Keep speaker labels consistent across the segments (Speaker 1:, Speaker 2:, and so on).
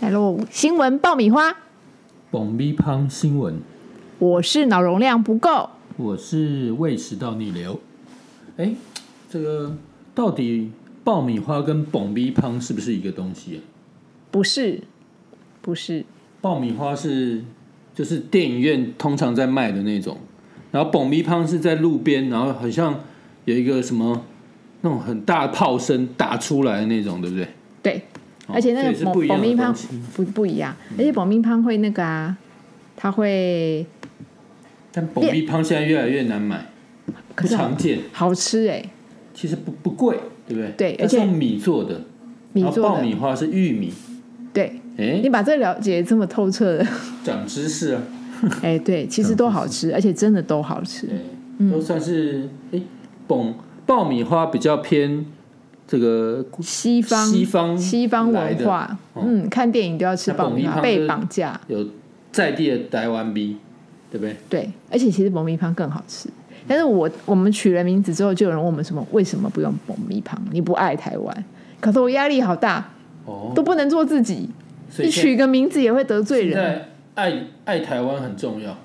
Speaker 1: 来喽，新闻爆米花，
Speaker 2: 蹦咪胖新闻，
Speaker 1: 我是脑容量不够，
Speaker 2: 我是胃食道逆流。哎，这个到底爆米花跟蹦咪胖是不是一个东西、啊？
Speaker 1: 不是，不是，
Speaker 2: 爆米花是就是电影院通常在卖的那种，然后蹦咪胖是在路边，然后好像有一个什么那种很大的炮声打出来的那种，对不对？
Speaker 1: 对，而且那
Speaker 2: 所以是
Speaker 1: 个
Speaker 2: 不一
Speaker 1: 保
Speaker 2: 样的
Speaker 1: 命
Speaker 2: 东
Speaker 1: 胖
Speaker 2: 西
Speaker 1: 不不一样，而且保命胖会那个啊，它会
Speaker 2: 但蹦咪胖现在越来越难买，
Speaker 1: 可
Speaker 2: 不
Speaker 1: 是好
Speaker 2: 常见，
Speaker 1: 好吃哎、
Speaker 2: 其实不不贵，对不对？
Speaker 1: 对
Speaker 2: 它是用米做的，
Speaker 1: 米
Speaker 2: 然后
Speaker 1: 做
Speaker 2: 哦爆
Speaker 1: 的，
Speaker 2: 米花是玉米。
Speaker 1: 对
Speaker 2: 哎
Speaker 1: 你，把这了解这么透彻 的，
Speaker 2: 长知识啊！
Speaker 1: 哎、对，其实都好吃，而且真的都好吃，
Speaker 2: 嗯
Speaker 1: 嗯
Speaker 2: 对，都算是哎，蹦爆米花比较偏这个
Speaker 1: 西方
Speaker 2: 西方
Speaker 1: 西方
Speaker 2: 来
Speaker 1: 文
Speaker 2: 的哦
Speaker 1: 化，嗯，看电影都要吃
Speaker 2: 那
Speaker 1: 爆米
Speaker 2: 爆米
Speaker 1: 花，
Speaker 2: 花
Speaker 1: 被
Speaker 2: 就是
Speaker 1: 绑架，
Speaker 2: 有在地的台湾 B，对不对？
Speaker 1: 对，而且其实爆米花更好吃。但是我我们取了名字之后，就有人问我们什么为什么不用爆米花？你不爱台湾？可是我压力好大，
Speaker 2: 哦，
Speaker 1: 都不能做自己，
Speaker 2: 所以
Speaker 1: 你取个名字也会得罪
Speaker 2: 现
Speaker 1: 人，
Speaker 2: 在爱爱台湾很重要，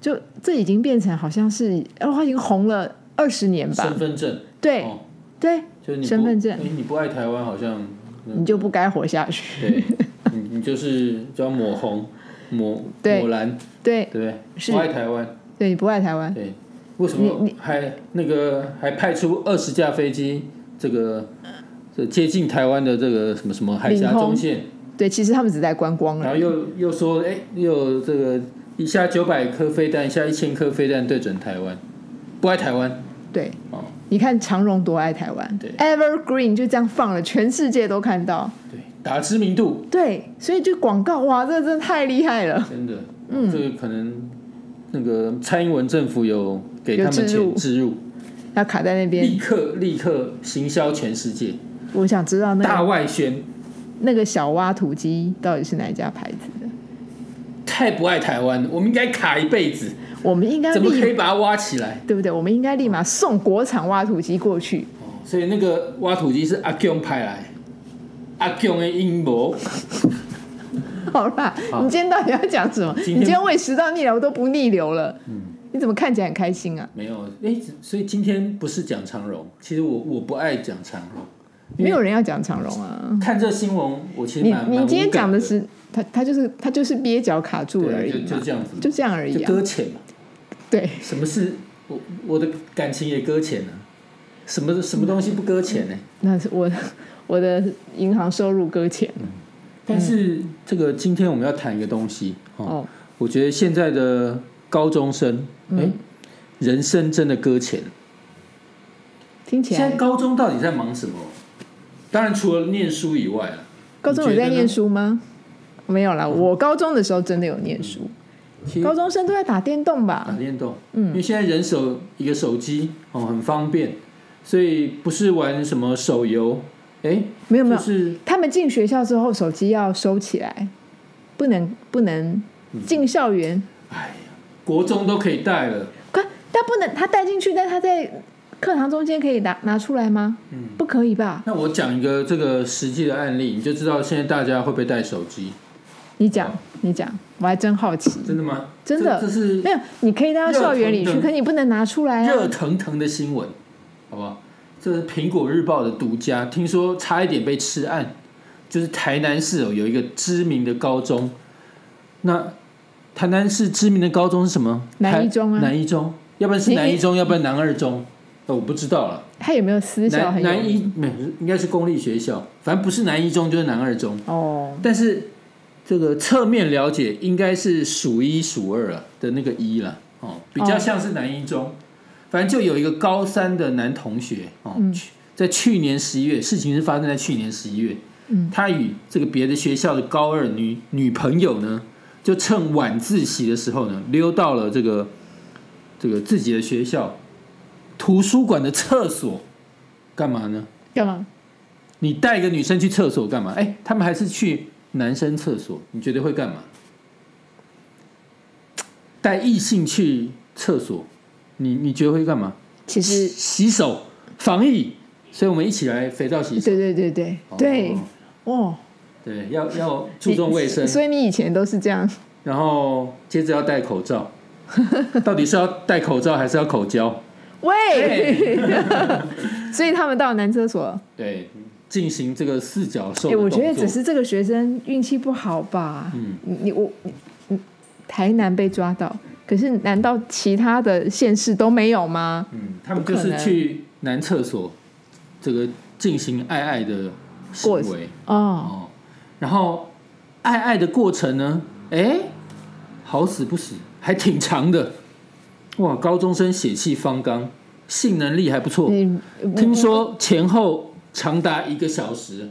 Speaker 1: 就这已经变成好像是哦，它已经红了二十年吧
Speaker 2: 身？份证
Speaker 1: 对、
Speaker 2: 哦，
Speaker 1: 对，
Speaker 2: 就是你不
Speaker 1: 身份证
Speaker 2: 哎，你不爱台湾好像嗯
Speaker 1: 你就不该活下去。
Speaker 2: 对，你你就是叫抹红抹
Speaker 1: 对
Speaker 2: 抹蓝，
Speaker 1: 对
Speaker 2: 对不对？
Speaker 1: 是
Speaker 2: 不爱台湾，
Speaker 1: 对，你不爱台湾，
Speaker 2: 对，为什么还那个还派出二十架飞机这个？这接近台湾的这个什么什么海峡
Speaker 1: 领空
Speaker 2: 中线，
Speaker 1: 对，其实他们只是在观光
Speaker 2: 然
Speaker 1: 了。
Speaker 2: 后又又说，哎，又这个一下九百颗飞弹，一下一千颗飞弹对准台湾，不爱台湾
Speaker 1: 对，
Speaker 2: 哦，
Speaker 1: 你看长荣多爱台湾
Speaker 2: 对
Speaker 1: ，Evergreen 就这样放了，全世界都看到。
Speaker 2: 对，打知名度，
Speaker 1: 对，所以就广告哇，这真的太厉害了。
Speaker 2: 真的，嗯，这个可能那个蔡英文政府有给
Speaker 1: 有
Speaker 2: 他们
Speaker 1: 置入
Speaker 2: 钱植入，
Speaker 1: 要卡在那边
Speaker 2: 立，刻立刻行销全世界，
Speaker 1: 我想知道那
Speaker 2: 大
Speaker 1: 个
Speaker 2: 外宣，
Speaker 1: 那个小蛙土鸡到底是哪一家牌子的？
Speaker 2: 太不爱台湾了，我们应该卡一辈子，
Speaker 1: 我们应该
Speaker 2: 怎么可以
Speaker 1: 立
Speaker 2: 把它挖起来？
Speaker 1: 对不对？我们应该立马送国产蛙土鸡过 去。
Speaker 2: 哦所以那个挖土机是阿强派来的，阿强的阴谋。
Speaker 1: 好啦，你今天到底要讲什么？
Speaker 2: 今
Speaker 1: 你
Speaker 2: 天
Speaker 1: 今天胃食道逆流都不逆流了，
Speaker 2: 嗯
Speaker 1: 你怎么看起来很开心啊？
Speaker 2: 没有，哎，所以今天不是讲长荣，其实我我不爱讲长荣。因
Speaker 1: 没
Speaker 2: 为
Speaker 1: 有人要讲长荣啊。
Speaker 2: 看这新闻，我其实
Speaker 1: 你
Speaker 2: 蛮
Speaker 1: 你
Speaker 2: 蛮无
Speaker 1: 今天
Speaker 2: 感
Speaker 1: 讲的
Speaker 2: 的
Speaker 1: 是他他就是他就是憋脚卡住了而
Speaker 2: 对，就
Speaker 1: 已
Speaker 2: 就
Speaker 1: 嘛，
Speaker 2: 这样子，
Speaker 1: 就这样而已
Speaker 2: 就
Speaker 1: 啊。
Speaker 2: 搁浅嘛。
Speaker 1: 对，
Speaker 2: 什么事？我我的感情也搁浅了、什么什么东西不搁浅呢、
Speaker 1: 那是我我的银行收入搁浅
Speaker 2: 但是这个今天我们要谈一个东西哦，
Speaker 1: 哦，
Speaker 2: 我觉得现在的高中生，
Speaker 1: 嗯
Speaker 2: 哎、人生真的搁浅。
Speaker 1: 听起
Speaker 2: 现在
Speaker 1: 来
Speaker 2: 高中到底在忙什么？当然除了念书以外啊，
Speaker 1: 高中有
Speaker 2: 你觉
Speaker 1: 在
Speaker 2: 得呢
Speaker 1: 念书吗？没有啦，我高中的时候真的有念书，
Speaker 2: 其实
Speaker 1: 高中生都在打电动
Speaker 2: 打
Speaker 1: 吧？
Speaker 2: 电动，嗯嗯，因为现在人手一个手机哦，很方便，所以不是玩什么手游，哎，
Speaker 1: 没有没有
Speaker 2: 就，是
Speaker 1: 他们进学校之后手机要收起来，不能不能
Speaker 2: 嗯
Speaker 1: 进校园，
Speaker 2: 国中都可以带了，
Speaker 1: 可但不能他带进去，但他在课堂中间可以拿拿出来吗？
Speaker 2: 嗯
Speaker 1: 不可以吧？
Speaker 2: 那我讲一个这个实际的案例，你就知道现在大家会不会带手机？
Speaker 1: 你讲
Speaker 2: 嗯
Speaker 1: 你讲，我还真好奇，
Speaker 2: 真的吗？
Speaker 1: 真的
Speaker 2: 这这是
Speaker 1: 没有，你可以带到校园里
Speaker 2: 热
Speaker 1: 去，
Speaker 2: 腾腾
Speaker 1: 可你不能拿出来
Speaker 2: 热
Speaker 1: 啊。
Speaker 2: 腾腾的新闻，好不好？这是《苹果日报》的独家，听说差一点被吃案，就是台南市哦，有一个知名的高中，那台南市知名的高中是什么？
Speaker 1: 南一中啊
Speaker 2: 台南一中，要不然是
Speaker 1: 你
Speaker 2: 南一中，要不然南二中，呃，我不知道了。
Speaker 1: 他有没有私校
Speaker 2: 南
Speaker 1: 很有
Speaker 2: 南
Speaker 1: 名？
Speaker 2: 一没有，应该是公立学校，反正不是南一中就是南二中。
Speaker 1: 哦，
Speaker 2: 但是这个侧面了解应该是数一数二啊的那个一了哦，比较像是南一中。
Speaker 1: 哦
Speaker 2: 反正就有一个高三的男同学哦，
Speaker 1: 嗯
Speaker 2: 去在去年十一月，事情是发生在去年十一月，
Speaker 1: 嗯，
Speaker 2: 他与这个别的学校的高二女女朋友呢，就趁晚自习的时候呢，溜到了这个这个自己的学校图书馆的厕所，干嘛呢？
Speaker 1: 干嘛？
Speaker 2: 你带一个女生去厕所干嘛？哎，他们还是去男生厕所，你觉得会干嘛？带异性去厕所，你你觉得会干嘛？
Speaker 1: 其
Speaker 2: 洗
Speaker 1: 实
Speaker 2: 洗手、防疫，所以我们一起来肥皂洗手。
Speaker 1: 对对对对
Speaker 2: 哦
Speaker 1: 对，哦，
Speaker 2: 对，要要注重卫生，
Speaker 1: 所以你以前都是这样，
Speaker 2: 然后接着要戴 口罩，到底是要戴口罩还是要口交？
Speaker 1: 喂， 所以他们到男厕所，
Speaker 2: 对，进行这个四角兽
Speaker 1: 哎、
Speaker 2: 的动
Speaker 1: 我
Speaker 2: 作。
Speaker 1: 觉得只是这个学生运气不好吧。
Speaker 2: 嗯，
Speaker 1: 你你我你你台南被抓到，可是难道其他的县市都没有吗？
Speaker 2: 嗯，他们
Speaker 1: 不
Speaker 2: 就
Speaker 1: 可
Speaker 2: 是
Speaker 1: 能
Speaker 2: 去男厕所这个进行爱爱的行
Speaker 1: 过
Speaker 2: 为
Speaker 1: 哦，
Speaker 2: 哦，然后爱爱的过程呢，哎，好死不死还挺长的，哇，高中生血气方刚，性能力还不错，
Speaker 1: 你
Speaker 2: 听说前后长达一个小时，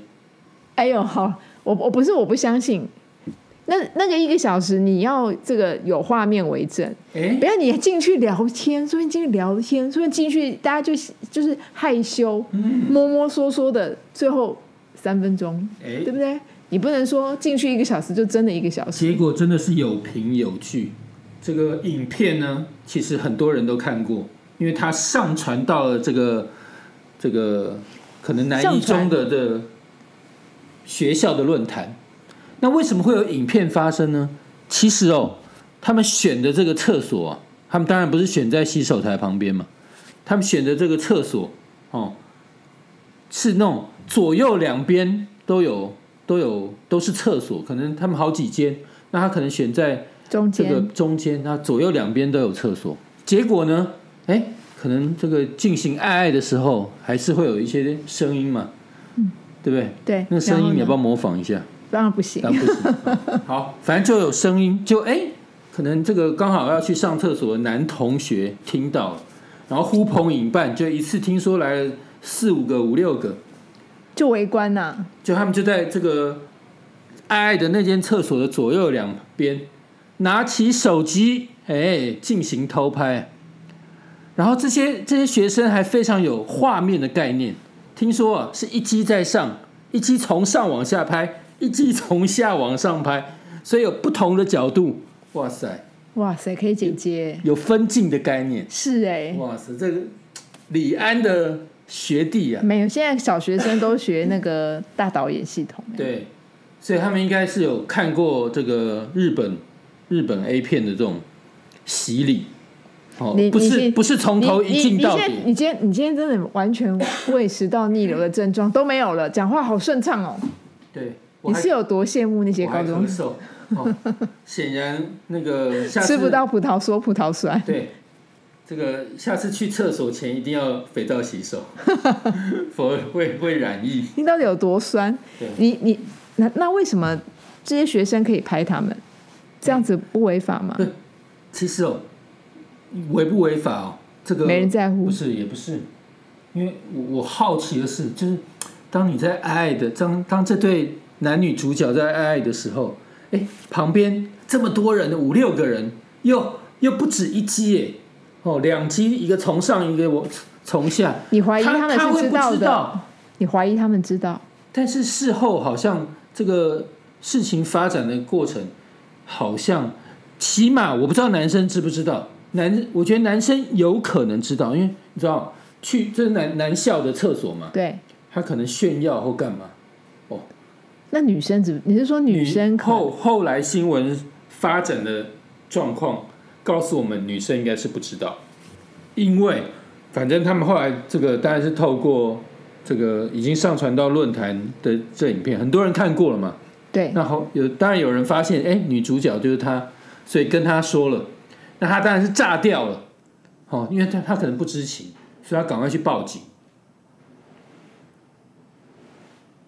Speaker 1: 哎呦，好，我我不是我不相信，那那个一个小时你要这个有画面为证，
Speaker 2: 哎
Speaker 1: 不，要你进去聊天，说不定进去聊天，说不定进去大家就就是害羞，
Speaker 2: 嗯
Speaker 1: 摸摸索索的，最后三分钟，
Speaker 2: 哎
Speaker 1: 对不对？你不能说进去一个小时就真的一个小时，
Speaker 2: 结果真的是有凭有据。这个影片呢，其实很多人都看过，因为它上传到了这个这个可能南一中的的学校的论坛。那为什么会有影片发生呢？其实哦，他们选的这个厕所啊，他们当然不是选在洗手台旁边嘛，他们选的这个厕所哦，是那种左右两边都有都有都是厕所，可能他们好几间，那他可能选在
Speaker 1: 中
Speaker 2: 这
Speaker 1: 间、
Speaker 2: 个中间，它左右两边都有厕所。结果呢，哎，可能这个进行爱爱的时候，还是会有一些声音嘛，
Speaker 1: 嗯
Speaker 2: 对不对？
Speaker 1: 对，
Speaker 2: 那声
Speaker 1: 然后
Speaker 2: 音
Speaker 1: 呢
Speaker 2: 你要不要模仿一下？
Speaker 1: 当然不行
Speaker 2: 啊，，不行。 好，反正就有声音，就哎，可能这个刚好要去上厕所的男同学听到了，然后呼朋引伴，就一次听说来了四五个、五六个，
Speaker 1: 就围观啊呐、
Speaker 2: 就他们就在这个爱爱的那间厕所的左右两边，拿起手机，哎，进行偷拍。然后这些这些学生还非常有画面的概念，听说啊是一击在上，一击从上往下拍，一击从下往上拍，所以有不同的角度。哇塞，
Speaker 1: 哇塞，可以剪接，
Speaker 2: 有分镜的概念。
Speaker 1: 是哎、
Speaker 2: 哇塞，这个李安的学弟啊，
Speaker 1: 没有，现在小学生都学那个大导演系统、哎，
Speaker 2: 对，所以他们应该是有看过这个日本日本 A 片的这种洗礼，哦
Speaker 1: 你，
Speaker 2: 不
Speaker 1: 你
Speaker 2: 是
Speaker 1: 是
Speaker 2: 不是从
Speaker 1: 你
Speaker 2: 头一进到底，
Speaker 1: 你你现在你今天你今天真的完全胃食道逆流的症状都没有了，讲话好顺畅哦。
Speaker 2: 对，我
Speaker 1: 你
Speaker 2: 还
Speaker 1: 是有多羡慕那些
Speaker 2: 我还
Speaker 1: 高中
Speaker 2: 咳
Speaker 1: 生
Speaker 2: 嗽， 哦显然那个下
Speaker 1: 吃
Speaker 2: 次
Speaker 1: 不到葡萄说葡萄酸？
Speaker 2: 对。这个下次去厕所前一定要肥皂 洗手，否则会会染疫。
Speaker 1: 你到底有多酸
Speaker 2: 对？
Speaker 1: 你你那那为什么这些学生可以拍他们？这样子不违法吗？
Speaker 2: 对其实哦，违不违法哦，这个
Speaker 1: 没人在乎
Speaker 2: 不是也不是，因为我我好奇的是，就是当你在爱爱的当当这对男女主角在爱爱的时候，哎，旁边这么多人，五六个人，又又不止一击哎，哦，两击，一个从上，一个我从下，
Speaker 1: 你怀疑
Speaker 2: 他
Speaker 1: 们
Speaker 2: 他
Speaker 1: 是
Speaker 2: 会不
Speaker 1: 道
Speaker 2: 知
Speaker 1: 的？
Speaker 2: 道，
Speaker 1: 你怀疑他们知道？
Speaker 2: 但是事后好像这个事情发展的过程，好像起码我不知道男生知不知道，男我觉得男生有可能知道，因为你知道去这是男男校的厕所嘛，
Speaker 1: 对，
Speaker 2: 他可能炫耀或干嘛。
Speaker 1: 那女生只你是说女生可
Speaker 2: 后后来新闻发展的状况告诉我们，女生应该是不知道，因为反正他们后来这个当然是透过这个已经上传到论坛的这影片，很多人看过了嘛。
Speaker 1: 对
Speaker 2: 那后有当然有人发现，哎，女主角就是她，所以跟她说了，那她当然是炸掉了，哦，因为她她可能不知情，所以她赶快去报警。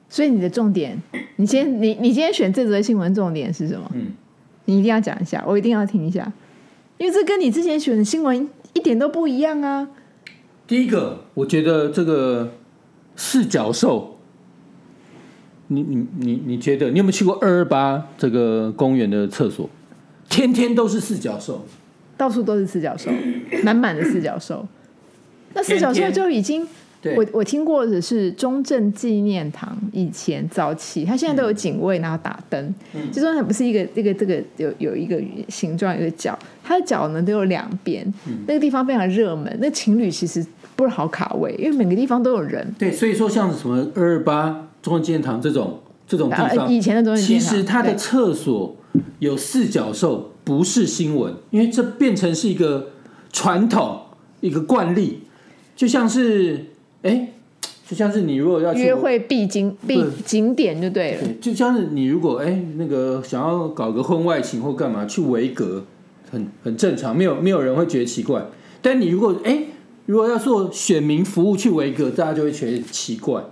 Speaker 1: 所以你的重点，你今天你你今天选这则新闻重点是什么？
Speaker 2: 嗯，
Speaker 1: 你一定要讲一下，我一定要听一下，因为这跟你之前选的新闻一点都不一样啊。
Speaker 2: 第一个，我觉得这个四角兽，你你你你觉得你有没有去过二二八这个公园的厕所？天天都是四角兽，
Speaker 1: 到处都是四角 兽，满满的四角兽。那四角兽
Speaker 2: 天天
Speaker 1: 就已经，
Speaker 2: 对
Speaker 1: 我我听过的是中正纪念堂以前早期，它现在都有警卫，然后打灯。
Speaker 2: 嗯
Speaker 1: 就说它不是一个这个这个有有一个形状，有一个角，它的角呢都有两边，
Speaker 2: 嗯
Speaker 1: 那个地方非常热门。那情侣其实不好卡位，因为每个地方都有人。
Speaker 2: 对，所以说像什么二二八中央纪念堂这种这种地
Speaker 1: 啊
Speaker 2: 方，
Speaker 1: 以前的中正纪
Speaker 2: 其
Speaker 1: 念堂
Speaker 2: 实它的
Speaker 1: 对
Speaker 2: 厕所有四角兽不是新闻，因为这变成是一个传统、一个惯例，就像是哎，就像是你如果要去
Speaker 1: 约，会必经必
Speaker 2: 对
Speaker 1: 景点就对了。
Speaker 2: 对，就像是你如果哎那个想要搞个婚外情或干嘛去维格，很很正常，没有没有人会觉得奇怪。但你如果哎如果要做选民服务去维格，大家就会觉得奇怪。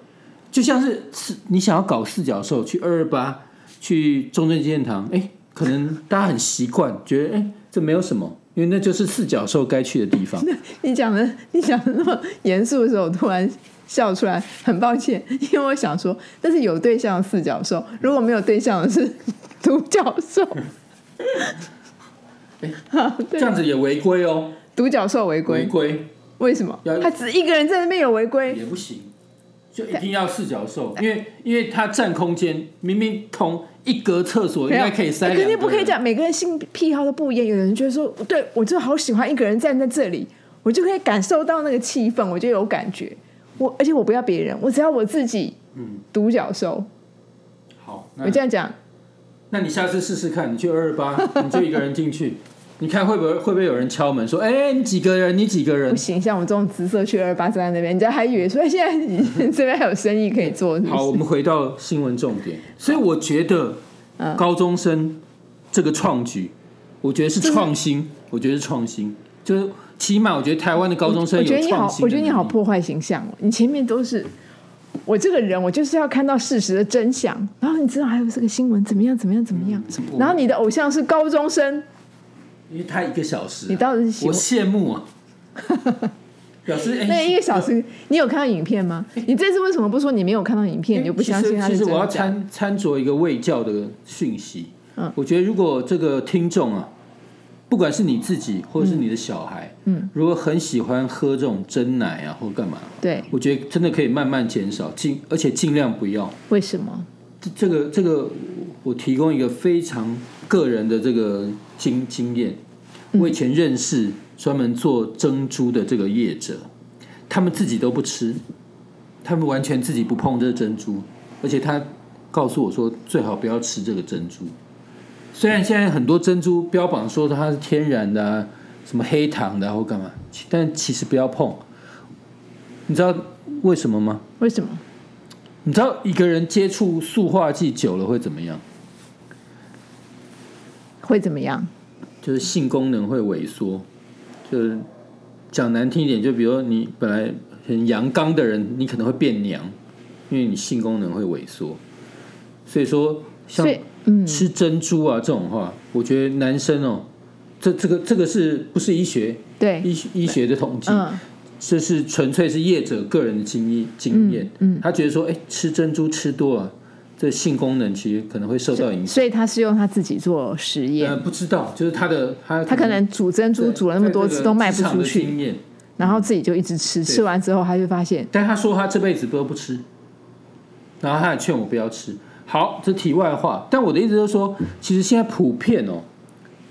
Speaker 2: 就像是是你想要搞四角兽去二二八去中正纪念堂，哎，可能大家很习惯，觉得哎这没有什么，因为那就是四角兽该去的地方。
Speaker 1: 你讲的你讲的那么严肃的时候，我突然笑出来，很抱歉， 因为我想说，但是有对象的四角兽，如果没有对象的是独角 兽。好，
Speaker 2: 哎这
Speaker 1: 对，
Speaker 2: 样子也违规哦，
Speaker 1: 独角兽违规，
Speaker 2: 违规
Speaker 1: 为什么
Speaker 2: 要？
Speaker 1: 他只一个人在那边有违规，
Speaker 2: 也不行，就一定要四角兽，因为因为它占空间，明明同一格厕所应该可以塞两个
Speaker 1: 肯
Speaker 2: 人，
Speaker 1: 定不哎可以这样。每个人性癖好都不一样，有的人觉得说，对我就好喜欢一个人站在这里，我就可以感受到那个气氛，我就有感觉。我而且我不要别人，我只要我自己。
Speaker 2: 嗯，
Speaker 1: 独角兽，
Speaker 2: 好，那
Speaker 1: 我这样讲，
Speaker 2: 那你下次试试看，你去二二八， 你就一个人进去，你看会不会会不会有人敲门说，哎、你几个人？你几个人
Speaker 1: 不？行，像我这种紫色去二八三那边，人家还以为说现在你这边还有生意可以做，是不是
Speaker 2: 好，我们回到新闻重点，所以我觉得
Speaker 1: 嗯
Speaker 2: 高中生这个创举，我觉得是创新，我觉得是创新，就是起码我觉得台湾的高中生
Speaker 1: 我觉
Speaker 2: 有
Speaker 1: 得你
Speaker 2: 创
Speaker 1: 好，
Speaker 2: 新
Speaker 1: 我觉得你好
Speaker 2: 的能力
Speaker 1: 破坏形象哦，你前面都是。我这个人，我就是要看到事实的真相。然后你知道还有这个新闻怎么样，怎么样，怎么样？
Speaker 2: 我
Speaker 1: 然后你的偶像是高中生，
Speaker 2: 因为他一个小时啊、
Speaker 1: 你到底是喜
Speaker 2: 我
Speaker 1: 欢
Speaker 2: 羡慕 啊，表示哎，
Speaker 1: 那一个小时？你有看到影片吗？你这次为什么不说你没有看到影片？你就不相信他
Speaker 2: 其
Speaker 1: 是
Speaker 2: 实其
Speaker 1: 真
Speaker 2: 实我要
Speaker 1: 的假的？
Speaker 2: 参参酌一个卫教的讯息。
Speaker 1: 嗯
Speaker 2: 我觉得如果这个听众啊，不管是你自己或者是你的小孩，
Speaker 1: 嗯，
Speaker 2: 如果很喜欢喝这种真奶啊或干嘛，
Speaker 1: 对，
Speaker 2: 我觉得真的可以慢慢减少，尽而且尽量不要。
Speaker 1: 为什么？
Speaker 2: 这这个这个，我提供一个非常个人的这个经经验。我以前认识专门做珍珠的这个业者，他们自己都不吃，他们完全自己不碰这个珍珠，而且他告诉我说最好不要吃这个珍珠。虽然现在很多珍珠标榜说它是天然的、啊，什么黑糖的、啊、或干嘛，其但其实不要碰。你知道为什么吗？
Speaker 1: 为什么？
Speaker 2: 你知道一个人接触塑化剂久了会怎么样？
Speaker 1: 会怎么样？
Speaker 2: 就是性功能会萎缩。就是讲难听一点，就比如说你本来很阳刚的人，你可能会变娘，因为你性功能会萎缩。所以说，像
Speaker 1: 所以，嗯，
Speaker 2: 吃珍珠啊这种话，我觉得男生哦，这这个这个是不是医学
Speaker 1: 对，
Speaker 2: 医学医学的统计？
Speaker 1: 哎嗯，
Speaker 2: 这是纯粹是业者个人的经验经验。
Speaker 1: 嗯嗯
Speaker 2: 他觉得说，哎，吃珍珠吃多了，这性功能其实可能会受到影响。
Speaker 1: 所以他是用他自己做实验
Speaker 2: 呃，。不知道，就是他的他
Speaker 1: 他可能煮珍珠煮了那么多次都卖不出，
Speaker 2: 在这个职场的
Speaker 1: 去，
Speaker 2: 经验
Speaker 1: 然后自己就一直吃，
Speaker 2: 对
Speaker 1: 吃完之后他就发现，
Speaker 2: 但他说他这辈子都不吃，然后他还劝我不要吃。好，这题外话，但我的意思就是说，其实现在普遍哦，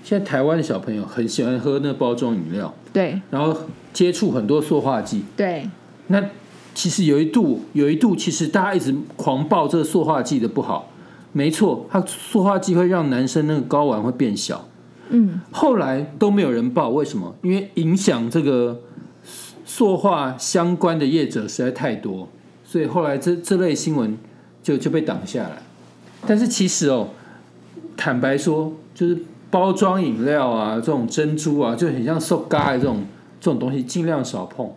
Speaker 2: 现在台湾的小朋友很喜欢喝那包装饮料，
Speaker 1: 对
Speaker 2: 然后接触很多塑化剂。
Speaker 1: 对，
Speaker 2: 那其实有一度，有一度其实大家一直狂爆这个塑化剂的不好，没错，它塑化剂会让男生那个睾丸会变小。
Speaker 1: 嗯，
Speaker 2: 后来都没有人报，为什么？因为影响这个塑化相关的业者实在太多，所以后来这这类新闻就就被挡下来。但是其实哦，坦白说，就是包装饮料啊，这种珍珠啊，就很像塑嘎的这种这种东西，尽量少碰，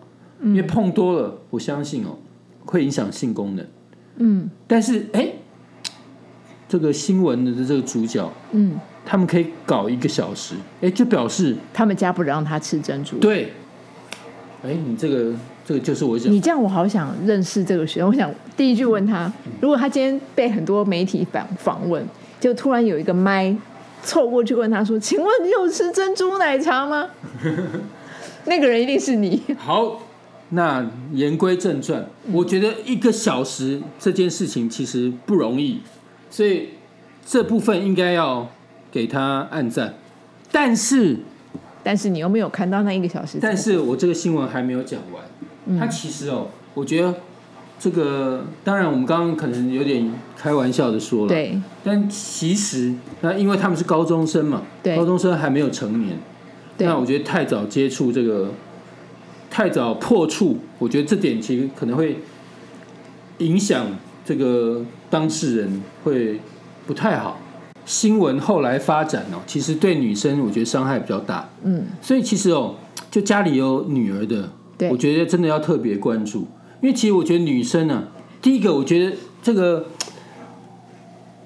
Speaker 2: 因为碰多了，我相信哦，会影响性功能。
Speaker 1: 嗯
Speaker 2: 但是哎，这个新闻的这个主角
Speaker 1: 嗯，
Speaker 2: 他们可以搞一个小时，哎，就表示
Speaker 1: 他们家不让他吃珍珠。
Speaker 2: 对，哎，你这个这个就是我讲
Speaker 1: 你这样，我好想认识这个学生。我想第一句问他，
Speaker 2: 嗯
Speaker 1: 如果他今天被很多媒体访访问，就突然有一个麦凑过去问他说：“请问你有吃珍珠奶茶吗？” 那个人一定是你。
Speaker 2: 好。那言归正传，我觉得一个小时这件事情其实不容易，所以这部分应该要给他按赞。但是，
Speaker 1: 但是你又没有看到那一个小时怎么办。
Speaker 2: 但是我这个新闻还没有讲完，它其实哦，我觉得这个当然我们刚刚可能有点开玩笑的说了，
Speaker 1: 对
Speaker 2: 但其实那因为他们是高中生嘛，
Speaker 1: 对
Speaker 2: 高中生还没有成年，
Speaker 1: 对
Speaker 2: 那我觉得太早接触这个，太早破处，我觉得这点其实可能会影响这个当事人会不太好。新闻后来发展哦，其实对女生我觉得伤害比较大，
Speaker 1: 嗯，
Speaker 2: 所以其实哦，就家里有女儿的，
Speaker 1: 对
Speaker 2: 我觉得真的要特别关注，因为其实我觉得女生呢、第一个我觉得这个，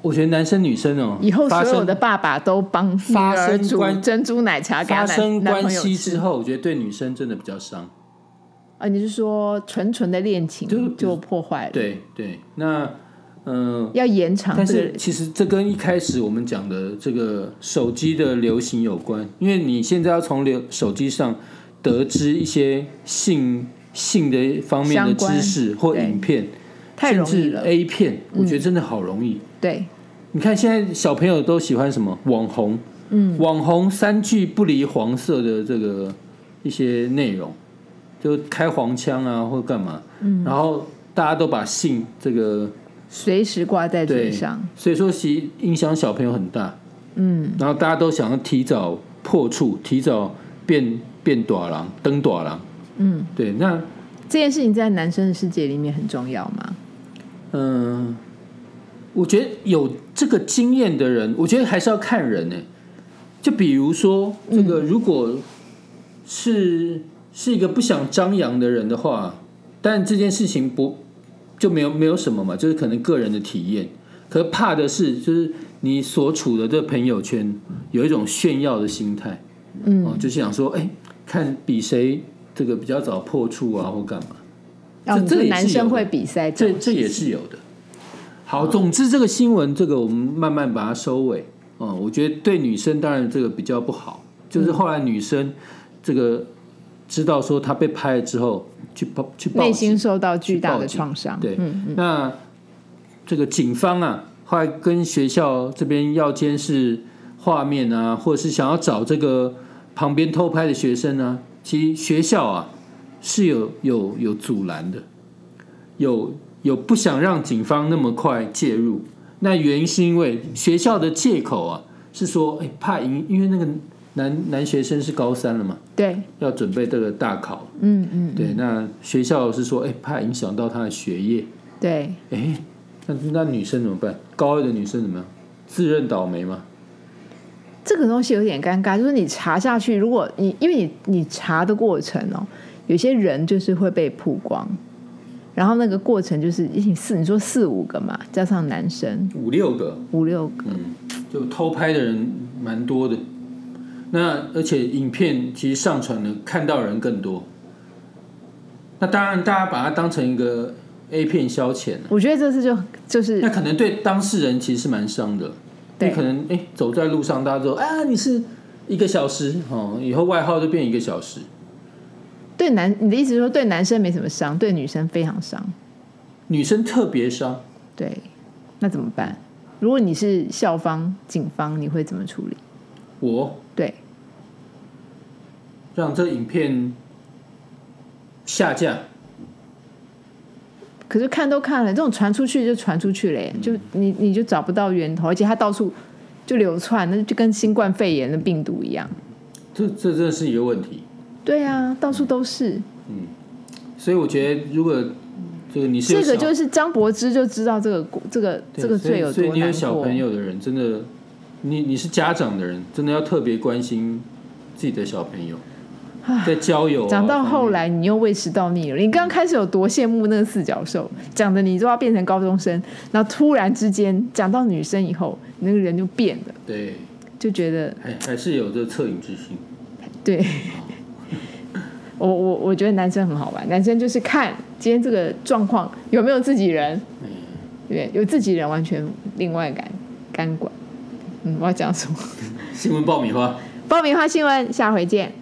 Speaker 2: 我觉得男生女生哦，
Speaker 1: 以后
Speaker 2: 发
Speaker 1: 所有
Speaker 2: 生
Speaker 1: 的爸爸都帮女
Speaker 2: 发
Speaker 1: 儿
Speaker 2: 生
Speaker 1: 煮
Speaker 2: 关
Speaker 1: 珍珠奶茶给他
Speaker 2: 发
Speaker 1: 男
Speaker 2: 生
Speaker 1: 男
Speaker 2: 关
Speaker 1: 朋友
Speaker 2: 系
Speaker 1: 吃
Speaker 2: 之后，我觉得对女生真的比较伤。
Speaker 1: 啊，你是说纯纯的恋
Speaker 2: 就
Speaker 1: 情就破坏了？
Speaker 2: 对对，那嗯、呃
Speaker 1: 要延长
Speaker 2: 但
Speaker 1: 这
Speaker 2: 是
Speaker 1: 个
Speaker 2: 其实这跟一开始我们讲的这个手机的流行有关，因为你现在要从流手机上得知一些性性的方面的
Speaker 1: 相关
Speaker 2: 知识或
Speaker 1: 对
Speaker 2: 影片，
Speaker 1: 太容易了
Speaker 2: 甚至。A 片，我觉得真的好容易。
Speaker 1: 对，
Speaker 2: 你看现在小朋友都喜欢什么网红，嗯，网红三句不离黄色的这个一些内容，就开黄腔啊或干嘛，嗯，然后大家都把性这个
Speaker 1: 随时挂在嘴
Speaker 2: 对
Speaker 1: 上。，
Speaker 2: 所以说其实影响小朋友很大，
Speaker 1: 嗯，
Speaker 2: 然后大家都想要提早破处，提早变变短郎，登短郎，
Speaker 1: 嗯，
Speaker 2: 对，那
Speaker 1: 这件事情在男生的世界里面很重要吗？
Speaker 2: 嗯、我觉得有这个经验的人，我觉得还是要看人呢、就比如说，这个如果是、是一个不想张扬的人的话，但这件事情不就没有没有什么嘛，就是可能个人的体验。可怕的是，就是你所处的这朋友圈有一种炫耀的心态，
Speaker 1: 嗯
Speaker 2: 哦，就是想说，哎，看比谁这个比较早破处啊，或干嘛。
Speaker 1: 哦，你
Speaker 2: 这
Speaker 1: 说
Speaker 2: 也是
Speaker 1: 男生
Speaker 2: 有的
Speaker 1: 会比赛
Speaker 2: 这
Speaker 1: 种
Speaker 2: 这也是有的。好，总之这个新闻，这个我们慢慢把它收尾。嗯，我觉得对女生当然这个比较不好，就是后来女生这个知道说她被拍了之后，去报去报
Speaker 1: 内
Speaker 2: 警
Speaker 1: 心受到巨大
Speaker 2: 去报
Speaker 1: 的
Speaker 2: 警
Speaker 1: 创伤。
Speaker 2: 对，
Speaker 1: 嗯，
Speaker 2: 那这个警方啊，后来跟学校这边要监视画面啊，或者是想要找这个旁边偷拍的学生啊，其实学校啊是有有有阻拦的，有有不想让警方那么快介入。那原因是因为学校的借口啊是说，哎，怕影，因为那个男男学生是高三了嘛，
Speaker 1: 对，
Speaker 2: 要准备这个大考，
Speaker 1: 嗯嗯，
Speaker 2: 对，那学校是说，哎，怕影响到他的学业。
Speaker 1: 对，
Speaker 2: 哎，那那女生怎么办？高二的女生怎么样？自认倒霉吗？
Speaker 1: 这个东西有点尴尬，就是你查下去，如果你因为你你查的过程哦，有些人就是会被曝光，然后那个过程就是你四你说四五个嘛，加上男生
Speaker 2: 五六个，
Speaker 1: 五六个，
Speaker 2: 嗯，就偷拍的人蛮多的。那而且影片其实上传了，看到人更多。那当然，大家把它当成一个 A 片消遣了。
Speaker 1: 我觉得这次就就是
Speaker 2: 那可能对当事人其实是蛮伤的。
Speaker 1: 对
Speaker 2: 你可能哎，走在路上，大家说啊，你是一个小时哦，以后外号就变一个小时。
Speaker 1: 对男你的意思是说对男生没什么伤，对女生非常伤，
Speaker 2: 女生特别伤，
Speaker 1: 对，那怎么办？如果你是校方、警方，你会怎么处理？
Speaker 2: 我
Speaker 1: 对，
Speaker 2: 让这影片下架。
Speaker 1: 可是看都看了，这种传出去就传出去了耶，
Speaker 2: 嗯
Speaker 1: 就你你就找不到源头，而且它到处就流窜，那就跟新冠肺炎的病毒一样。
Speaker 2: 这这真的是一个问题，
Speaker 1: 对啊，到处都是。
Speaker 2: 所以我觉得如果这个你是有
Speaker 1: 这个
Speaker 2: 小
Speaker 1: 就是张柏芝就知道这个这个
Speaker 2: 对
Speaker 1: 这个
Speaker 2: 所以
Speaker 1: 罪有
Speaker 2: 所以
Speaker 1: 多
Speaker 2: 你有
Speaker 1: 难
Speaker 2: 小
Speaker 1: 过
Speaker 2: 朋。友的人，真的，你你是家长的人，真的要特别关心自己的小朋友，在交友啊、
Speaker 1: 长到后
Speaker 2: 方面，
Speaker 1: 来，你又胃食道逆流。你刚开始有多羡慕那个四脚兽，讲的你都要变成高中生，然后突然之间讲到女生以后，你那个人就变了，
Speaker 2: 对，
Speaker 1: 就觉得
Speaker 2: 还还是有这恻隐之心。
Speaker 1: 对，我我我觉得男生很好玩，男生就是看今天这个状况有没有自己人，
Speaker 2: 哎
Speaker 1: 对，有自己人完全另外感干管。嗯，我要讲什么？
Speaker 2: 新闻爆米花。
Speaker 1: 爆米花新闻，下回见。